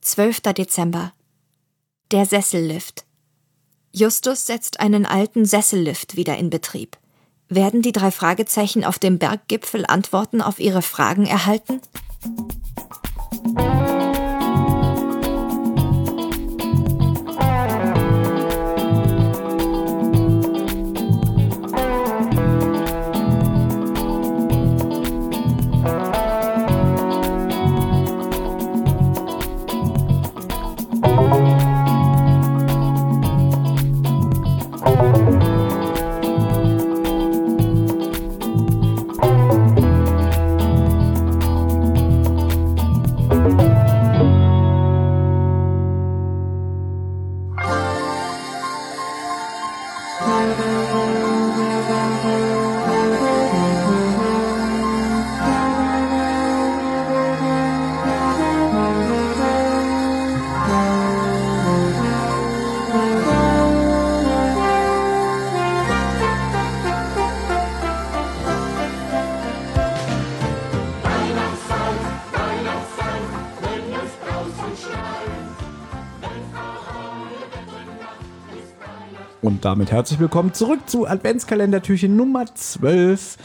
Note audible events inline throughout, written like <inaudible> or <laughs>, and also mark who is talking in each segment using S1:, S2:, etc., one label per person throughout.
S1: 12. Dezember. Der Sessellift. Justus setzt einen alten Sessellift wieder in Betrieb. Werden die drei Fragezeichen auf dem Berggipfel Antworten auf ihre Fragen erhalten?
S2: Und damit herzlich willkommen zurück zu Adventskalendertürchen Nummer 12.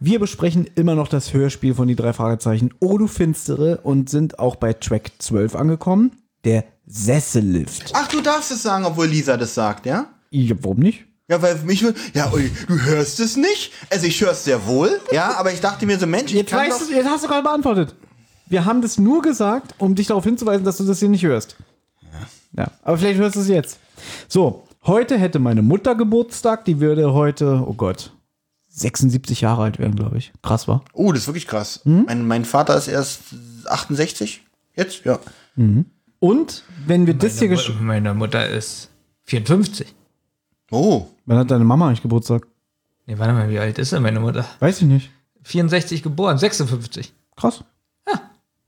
S2: Wir besprechen immer noch das Hörspiel von die drei Fragezeichen Oh du Finstere und sind auch bei Track 12 angekommen, der Sessellift.
S3: Ach, du darfst es sagen, obwohl Lisa das sagt, ja?
S2: Ja, warum nicht?
S3: Ja, weil mich wür- ja, ui, du hörst es nicht. Also ich höre es sehr wohl, ja, aber ich dachte mir so, Mensch, ich
S2: Jetzt,
S3: kann doch,
S2: weißt du, jetzt hast du gerade beantwortet. Wir haben das nur gesagt, um dich darauf hinzuweisen, dass du das hier nicht hörst. Ja. aber vielleicht hörst du es jetzt. So, heute hätte meine Mutter Geburtstag, die würde heute, oh Gott, 76 Jahre alt werden, glaube ich. Krass war.
S3: oh, das ist wirklich krass.
S2: Hm?
S3: Mein, mein Vater ist erst 68 jetzt, ja.
S2: Und wenn wir das hier
S4: Meine,
S2: gesch
S4: Mu- meine Mutter ist 54.
S3: Oh,
S2: Wann hat deine Mama eigentlich Geburtstag?
S4: Nee, warte mal, wie alt ist denn meine Mutter?
S2: Weiß ich nicht.
S4: 64 geboren, 56.
S2: Krass.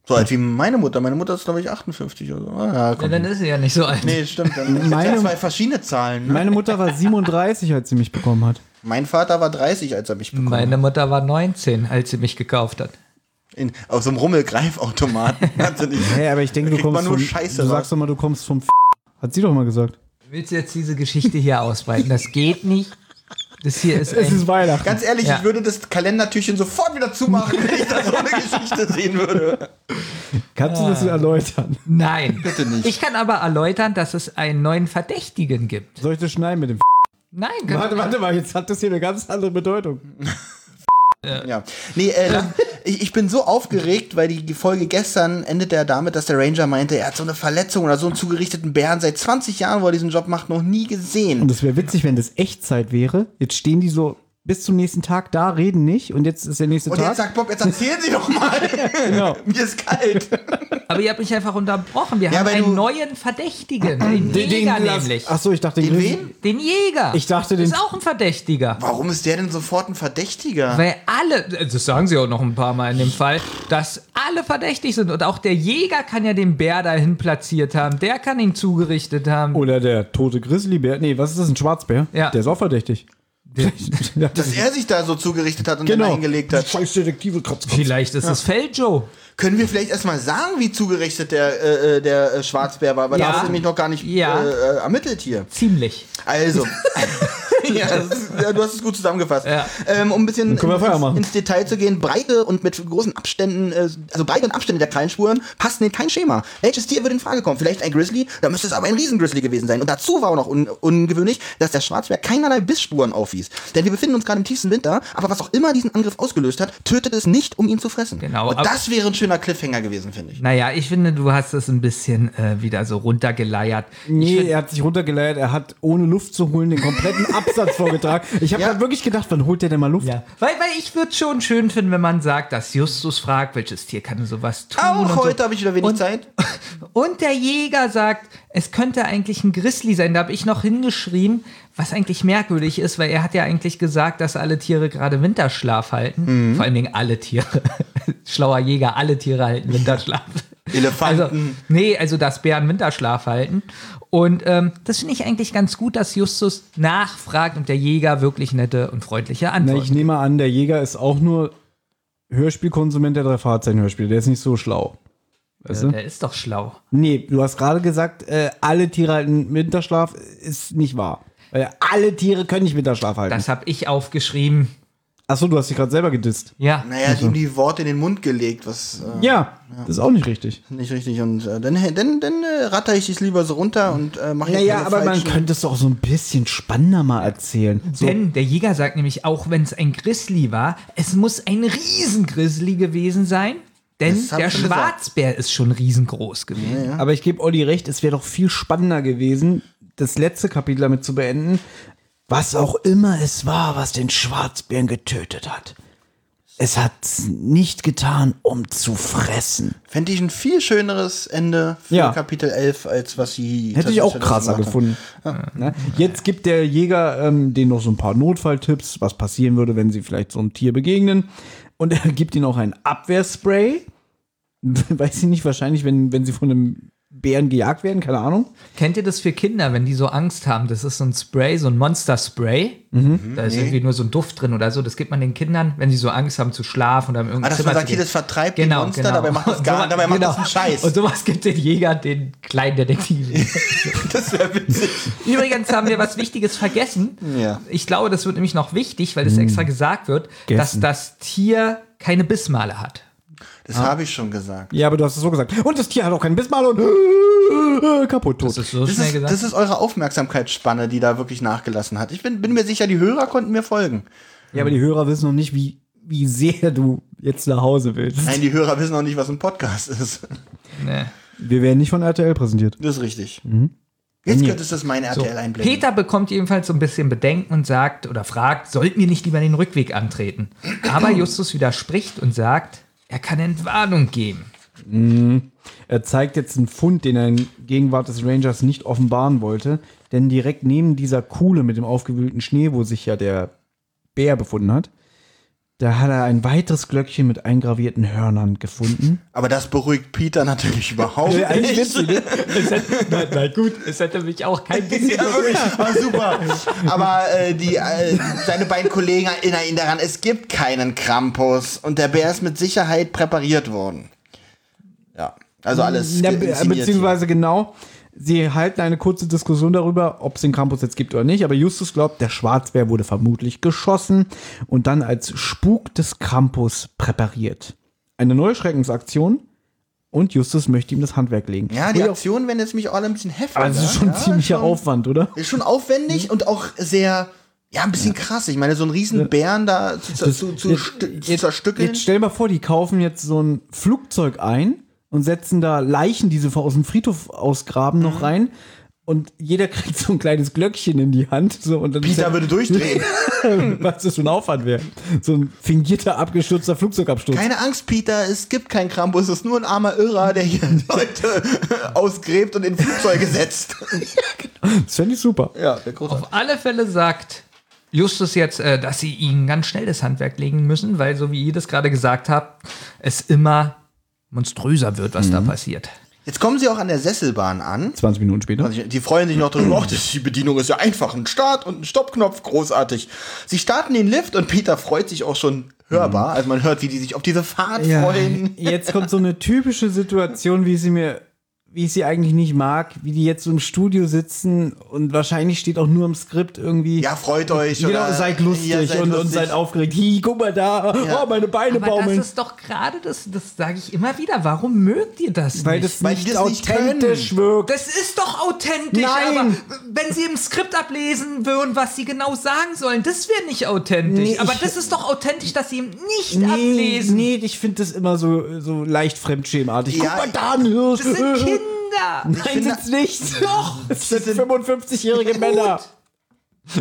S3: so alt wie meine Mutter. Meine Mutter ist glaube ich 58 oder so. Ah, ja,
S4: Ja,
S3: komm.
S4: dann ist sie ja nicht so alt.
S3: Nee, stimmt. Dann das sind
S2: Meine-
S3: ja zwei verschiedene Zahlen. Ne?
S2: Meine Mutter war 37, als sie mich bekommen hat.
S3: Mein Vater war 30, als er mich bekommen hat.
S4: Meine Mutter war 19, als sie mich gekauft hat.
S3: In, auf so einem
S2: <laughs>
S3: Rummelgreifautomaten. Hat sie nicht-
S2: Hey, aber ich denke, du
S3: Kriegt man
S2: kommst
S3: nur
S2: vom,
S3: Scheiße
S2: Du
S3: raus.
S2: sagst doch mal, du kommst vom F Hat sie doch mal gesagt.
S4: Willst du jetzt diese Geschichte hier ausbreiten? Das geht nicht. Das hier ist
S2: Es ist
S4: ein...
S2: Weihnachten.
S3: Ganz ehrlich,
S4: Ja.
S3: ich würde das Kalendertürchen sofort wieder zumachen, wenn ich da so eine Geschichte sehen würde.
S2: Kannst du das erläutern?
S4: Nein.
S3: Bitte nicht.
S4: Ich kann aber erläutern, dass es einen neuen Verdächtigen gibt.
S2: Soll ich das schneiden mit dem F
S4: Nein,
S2: <laughs> Warte, warte mal, jetzt hat das hier eine ganz andere Bedeutung.
S3: Ja. Nee, äh, dann- ich, ich bin so aufgeregt, weil die Folge gestern endet ja damit, dass der Ranger meinte, er hat so eine Verletzung oder so einen zugerichteten Bären seit 20 Jahren, wo er diesen Job macht, noch nie
S2: Und
S3: gesehen.
S2: es wäre witzig, wenn das Echtzeit wäre. Jetzt stehen die so bis zum nächsten Tag da, reden nicht und jetzt ist der nächste
S3: Und
S2: Tag.
S3: jetzt sagt Bob, jetzt erzählen Sie doch mal.
S2: genau.
S3: <laughs> Mir ist kalt.
S4: aber ihr habt mich einfach unterbrochen. Wir
S3: Ja,
S4: haben
S3: weil
S4: einen
S3: du-
S4: neuen Verdächtigen. Den, Jäger nämlich.
S2: Achso, ich dachte,
S3: Den
S2: Grizzly-
S3: wen?
S4: Den Jäger.
S2: Ich dachte, den-
S4: Ist auch ein Verdächtiger.
S3: Warum ist der denn sofort ein Verdächtiger?
S4: Weil alle, das sagen sie auch noch ein paar Mal in
S3: Hm.
S4: dem Fall, dass alle verdächtig sind. Und auch der Jäger kann ja den Bär dahin platziert haben. Der kann ihn zugerichtet haben.
S3: Oh,
S2: Oder der tote Grizzlybär. Nee, was ist das? Ein Schwarzbär?
S4: Ja.
S2: Der ist auch verdächtig. <laughs> Ja,
S3: Dass er sich da so zugerichtet hat und
S2: Genau.
S3: dann eingelegt hat.
S2: Scheiß Detektive, kratz, kratz.
S4: Vielleicht ist es Felljoe.
S3: Können wir vielleicht erstmal sagen, wie zugerichtet der, äh, äh, der äh, Schwarzbär war? Weil
S4: Ja.
S3: das hast du nämlich noch gar nicht
S4: Ja.
S3: äh, äh, ermittelt hier.
S4: Ziemlich. <laughs>
S3: Also. ja, das ist, ja, du hast es gut zusammengefasst.
S4: Ja.
S3: Ähm, um ein bisschen
S2: können wir
S3: ins,
S2: Feuer machen.
S3: ins Detail zu gehen, Breite und mit großen Abständen, äh, also Breite und Abstände der Krallenspuren passen in kein Schema. Welches Tier würde in Frage kommen? Vielleicht ein Grizzly? Da müsste es aber ein Riesengrizzly gewesen sein. Und dazu war auch noch un ungewöhnlich, dass der Schwarzbär keinerlei Bissspuren aufwies. Denn wir befinden uns gerade im tiefsten Winter, aber was auch immer diesen Angriff ausgelöst hat, tötet es nicht, um ihn zu fressen.
S4: Genau,
S3: Und
S4: ab-
S3: das wäre ein schöner Cliffhanger gewesen, finde ich.
S4: Naja, ich finde, du hast es ein bisschen äh, wieder so runtergeleiert.
S3: Hm.
S2: Nee, er hat sich runtergeleiert, er hat ohne Luft zu holen den kompletten <laughs> Absatz vorgetragen. Ich habe
S3: Ja.
S2: grad wirklich gedacht, wann holt der denn mal Luft?
S4: Ja. Weil, weil ich würde schon schön finden, wenn man sagt, dass Justus fragt, welches Tier kann sowas tun.
S3: Auch
S4: und
S3: heute
S4: so.
S3: habe ich wieder wenig
S4: Und- Also
S3: Zeit.
S4: <laughs> Und der Jäger sagt, es könnte eigentlich ein Grizzly sein. Da habe ich noch hingeschrieben, was eigentlich merkwürdig ist, weil er hat ja eigentlich gesagt, dass alle Tiere gerade Winterschlaf halten. Vor allen Dingen alle Tiere. <laughs> Schlauer Jäger, alle Tiere halten Winterschlaf.
S3: Elefanten.
S4: Also, nee, also dass Bären Winterschlaf halten. Und ähm, das finde ich eigentlich ganz gut, dass Justus nachfragt und der Jäger wirklich nette und freundliche
S2: Na,
S4: Antworten.
S2: ich nehme an, der Jäger ist auch nur Hörspielkonsument der drei Fahrzeichen-Hörspiele. Der ist nicht so schlau. Weißt
S4: Ja,
S2: du?
S4: der ist doch schlau.
S2: Nee, du hast gerade gesagt, äh, alle Tiere halten Winterschlaf. Ist nicht wahr. Weil alle Tiere können nicht Winterschlaf halten.
S4: Das habe ich aufgeschrieben.
S2: Achso, du hast dich gerade selber gedisst.
S4: Ja.
S3: Naja,
S2: Also
S3: hat ihm die Worte in den Mund gelegt, was äh,
S2: Ja, das ist auch nicht richtig.
S3: nicht richtig und äh, dann, dann, dann äh, ratter ich es lieber so runter und äh, mache
S2: Naja, aber man könnte es doch so ein bisschen spannender mal erzählen. So,
S4: Denn der Jäger sagt nämlich, auch wenn es ein Grizzly war, es muss ein Riesengrizzly gewesen sein. Denn
S3: Das hab
S4: der
S3: ich schon gesagt.
S4: Schwarzbär ist schon riesengroß gewesen.
S2: aber ich gebe Olli recht, es wäre doch viel spannender gewesen, das letzte Kapitel damit zu beenden. Was auch immer es war, was den Schwarzbären getötet hat. Es hat's nicht getan, um zu fressen.
S3: Fände ich ein viel schöneres Ende für
S2: Ja.
S3: Kapitel 11, als was sie.
S2: Hätte ich auch krasser
S3: gemacht haben.
S2: gefunden. Ne? Jetzt gibt der Jäger ähm, denen noch so ein paar Notfalltipps, was passieren würde, wenn sie vielleicht so einem Tier begegnen. Und er <laughs> gibt ihnen auch ein Abwehrspray. <laughs> Weiß ich nicht, wahrscheinlich, wenn, wenn sie von einem Bären gejagt werden, keine Ahnung.
S4: Kennt ihr das für Kinder, wenn die so Angst haben? Das ist so ein Spray, so ein Monster-Spray.
S3: Mhm.
S4: Da ist irgendwie nur so ein Duft drin oder so. Das gibt man den Kindern, wenn sie so Angst haben zu schlafen oder im
S3: Ah,
S4: irgendeinem
S3: dass
S4: Zimmer
S3: man sagt,
S4: zu
S3: hier,
S4: gehen.
S3: das vertreibt
S4: Genau,
S3: die Monster,
S4: genau.
S3: dabei
S2: <laughs>
S3: macht das
S4: Und
S3: gar
S4: sowas-
S3: dabei macht das einen
S4: genau.
S3: Scheiß.
S4: Und sowas gibt den Jäger, den kleinen Detektiven.
S3: <laughs> das wäre witzig.
S4: Übrigens haben wir was Wichtiges vergessen.
S3: Ja.
S4: Ich glaube, das wird nämlich noch wichtig, weil das extra gesagt wird,
S2: Gessen.
S4: dass das Tier keine Bissmale hat.
S3: Das habe ich schon gesagt.
S2: Ja, aber du hast es so gesagt. Und das Tier hat auch keinen Bissmal und äh, äh, kaputt tot.
S4: Das ist so
S3: Das
S4: schnell
S3: ist,
S4: gesagt.
S3: das ist eure Aufmerksamkeitsspanne, die da wirklich nachgelassen hat. Ich bin, bin mir sicher, die Hörer konnten mir folgen.
S2: Ja, aber die Hörer wissen noch nicht, wie, wie sehr du jetzt nach Hause willst.
S3: Nein, die Hörer wissen auch nicht, was ein Podcast ist. <laughs>
S4: nee.
S2: Wir werden nicht von RTL präsentiert.
S3: Das ist richtig.
S2: Mhm.
S3: Jetzt könntest du das mein
S4: so.
S3: RTL einblenden.
S4: Peter bekommt jedenfalls so ein bisschen Bedenken und sagt oder fragt, sollten wir nicht lieber den Rückweg antreten? Aber Justus widerspricht und sagt, er kann Entwarnung geben.
S2: Er zeigt jetzt einen Fund, den er in Gegenwart des Rangers nicht offenbaren wollte, denn direkt neben dieser Kuhle mit dem aufgewühlten Schnee, wo sich ja der Bär befunden hat, da hat er ein weiteres Glöckchen mit eingravierten Hörnern gefunden.
S3: Aber das beruhigt Peter natürlich überhaupt nicht.
S2: ne?
S4: Na, gut, es hätte mich auch <laughs> kein bisschen.
S3: Ja, wirklich, war super. Aber äh, die, äh, seine beiden Kollegen erinnern ihn daran, es gibt keinen Krampus und der Bär ist mit Sicherheit präpariert worden. Ja, also alles.
S2: Na,
S3: ge-
S2: be-
S3: inszeniert
S2: beziehungsweise genau, sie halten eine kurze Diskussion darüber, ob es den Campus jetzt gibt oder nicht, aber Justus glaubt, der Schwarzbär wurde vermutlich geschossen und dann als Spuk des Campus präpariert. Eine neue Schreckensaktion und Justus möchte ihm das Handwerk legen.
S3: hier. Ja,
S2: Wo
S3: die
S2: ich auch-
S3: Aktionen werden jetzt mich auch alle ein bisschen heftiger.
S2: Aber das ist schon
S3: ja,
S2: ein ziemlicher Aufwand, oder?
S3: Ist schon aufwendig und auch sehr, ja, ein bisschen krass. Ich meine, so einen riesen Bären da zu, zu, zu, zu, st- zu zerstückeln.
S2: Jetzt stell dir mal vor, die kaufen jetzt so ein Flugzeug ein und setzen da Leichen, die sie vor- aus dem Friedhof ausgraben,
S3: Mhm.
S2: noch rein. Und jeder kriegt so ein kleines Glöckchen in die Hand. So, und dann ist
S3: Peter
S2: ja-
S3: würde durchdrehen.
S2: <laughs> was das für ein Aufwand wäre. So ein fingierter, abgestürzter Flugzeugabsturz.
S3: Keine Angst, Peter, es gibt keinen Krampus, es ist nur ein armer Irrer, der hier <laughs> Leute ausgräbt und in Flugzeuge setzt.
S2: das fände ich super.
S3: ja, der große.
S4: Auf alle Fälle sagt Justus jetzt, äh, dass sie ihnen ganz schnell das Handwerk legen müssen, weil, so wie ihr das gerade gesagt habt, es immer monströser wird, was
S3: Mhm.
S4: da passiert.
S3: Jetzt kommen sie auch an der Sesselbahn an.
S2: 20 Minuten später.
S3: Also Die freuen sich noch drüber, oh, das, die Bedienung ist ja einfach, ein Start und ein Stoppknopf, großartig. Sie starten den Lift und Peter freut sich auch schon
S4: Mhm.
S3: hörbar. Also man hört, wie die sich auf diese Fahrt freuen.
S2: Jetzt kommt so eine typische Situation, wie sie mir, wie ich sie eigentlich nicht mag, wie die jetzt so im Studio sitzen und wahrscheinlich steht auch nur im Skript irgendwie.
S3: Ja, freut euch.
S2: Genau,
S3: oder-
S2: seid lustig,
S3: Ja, seid
S2: und, und
S3: lustig.
S2: seid aufgeregt. Hi, guck mal da,
S3: Ja.
S2: oh, meine Beine
S4: Aber
S2: baumeln.
S4: das ist doch gerade das, das sage ich immer wieder. Warum mögt ihr das
S2: weil
S4: nicht?
S2: das
S3: weil die
S2: nicht
S3: das nicht
S2: authentisch wirkt.
S4: das ist doch authentisch,
S2: Nein!
S4: aber wenn sie im Skript ablesen würden, was sie genau sagen sollen, das wäre nicht authentisch.
S2: Nee,
S4: aber
S2: ich-
S4: das ist doch authentisch, dass sie ihm nicht
S2: Nee,
S4: ablesen.
S2: nee, ich finde das immer so, so leicht fremdschämartig.
S3: Ja,
S2: guck mal da, ein Hirsch.
S4: Das
S2: <laughs>
S4: sind Kinder.
S2: Nein,
S3: finde-
S2: sind's
S3: <laughs>
S2: nicht.
S4: Doch.
S2: Es sind 55-jährige Männer.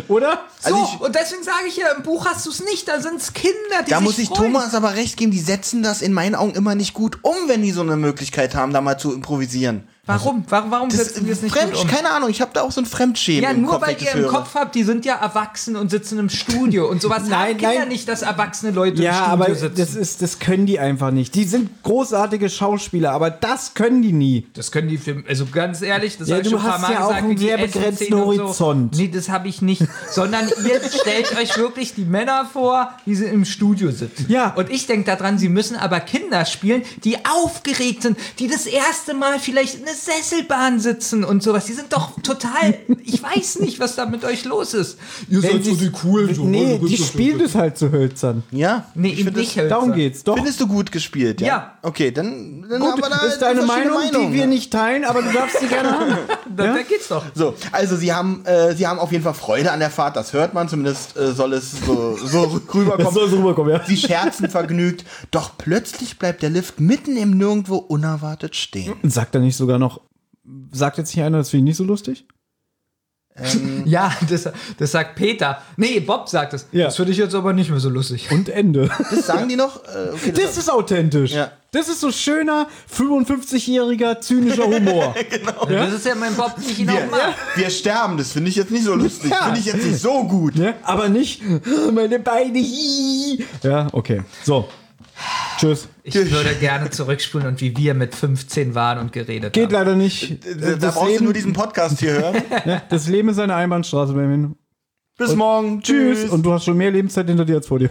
S2: Oder?
S4: So,
S3: Also ich-
S4: und deswegen sage ich ja, im Buch hast du es nicht, da sind es Kinder, die
S3: Da
S4: sich
S3: muss ich
S4: freuen.
S3: Thomas aber recht geben, die setzen das in meinen Augen immer nicht gut um, wenn die so eine Möglichkeit haben, da mal zu improvisieren.
S4: Warum? Warum, warum
S3: Das,
S4: setzen wir es nicht
S3: Fremd,
S4: gut um?
S3: keine Ahnung, ich habe da auch so ein Fremdschämen
S4: Ja,
S3: im
S4: nur
S3: Kopf, wenn
S4: weil
S3: ich
S4: ihr
S3: das
S4: im
S3: höre.
S4: Kopf habt, die sind ja erwachsen und sitzen im Studio
S3: <laughs>
S4: und sowas.
S2: Nein,
S4: haben Kinder
S2: nein.
S4: nicht, dass erwachsene Leute
S2: Ja,
S4: im Studio
S2: aber
S4: sitzen.
S2: das, ist, das können die einfach nicht. Die sind großartige Schauspieler, aber das können die nie.
S4: Das können die Filme, also ganz ehrlich, das
S2: Ja,
S4: hab ich
S2: du
S4: schon ein paar
S2: hast
S4: Mal
S2: ja auch
S4: gesagt,
S2: einen
S4: die
S2: sehr
S4: Essen-Szene
S2: begrenzten
S4: und
S2: Horizont.
S4: So. Nee, das habe ich nicht. Sondern
S2: <laughs>
S4: ihr stellt euch wirklich die Männer vor, die sie im Studio sitzen.
S2: Ja.
S4: Und ich denke daran, sie müssen aber Kinder spielen, die aufgeregt sind, die das erste Mal vielleicht in eine Sesselbahn sitzen und sowas. Die sind doch total, ich weiß nicht, was da mit euch los ist. Ihr
S3: halt
S2: Wenn sie- nee, die spielen es halt zu hölzern.
S3: Ja,
S4: Nee,
S3: ich
S4: eben
S3: finde
S4: nicht.
S3: das-
S4: Hölzer.
S2: Darum geht's doch.
S3: Findest du gut gespielt, ja?
S4: Ja.
S3: Okay, dann, dann
S2: Gut,
S3: da
S2: ist deine
S3: verschiedene
S2: Meinung,
S3: Meinungen,
S2: die wir
S3: ja.
S2: nicht teilen, aber du darfst sie
S3: <laughs>
S2: gerne haben.
S4: Da,
S2: ne?
S4: da geht's doch.
S3: So, also sie haben, äh, sie haben auf jeden Fall Freude an der Fahrt, das hört man, zumindest äh, soll es so,
S2: <laughs>
S3: so rüberkommen.
S2: Das soll so rüberkommen, ja.
S3: Sie scherzen vergnügt, doch plötzlich bleibt der Lift mitten im Nirgendwo unerwartet stehen.
S2: Sagt er nicht sogar noch, sagt jetzt nicht einer, das finde ich nicht so lustig?
S4: Ja, das, das sagt Peter. Nee, Bob sagt es.
S2: Ja.
S4: Das finde ich jetzt aber nicht mehr so lustig.
S2: Und Ende.
S3: Das sagen die noch? Äh, okay,
S2: Das ist authentisch.
S3: Ja.
S2: Das ist so schöner, 55-järiger, zynischer
S3: <laughs>
S2: Humor.
S4: Das ist ja mein Bob, wie ich ihn auch mag.
S3: wir, wir sterben, das finde ich jetzt nicht so lustig.
S2: Ja.
S3: Finde ich jetzt nicht so gut.
S2: ne? Aber nicht, <laughs> meine Beine. hi. Ja, okay. So. Tschüss.
S4: Ich würde gerne zurückspulen und wie wir mit 15 waren und geredet
S2: Geht
S4: haben.
S2: leider nicht.
S3: Da, da
S2: Das
S3: brauchst du
S2: Leben,
S3: nur diesen Podcast hier hören.
S2: das Leben ist eine Einbahnstraße, Benjamin.
S3: Bis morgen. Tschüss.
S2: Tschüss. Und du hast schon mehr Lebenszeit hinter dir als vor dir.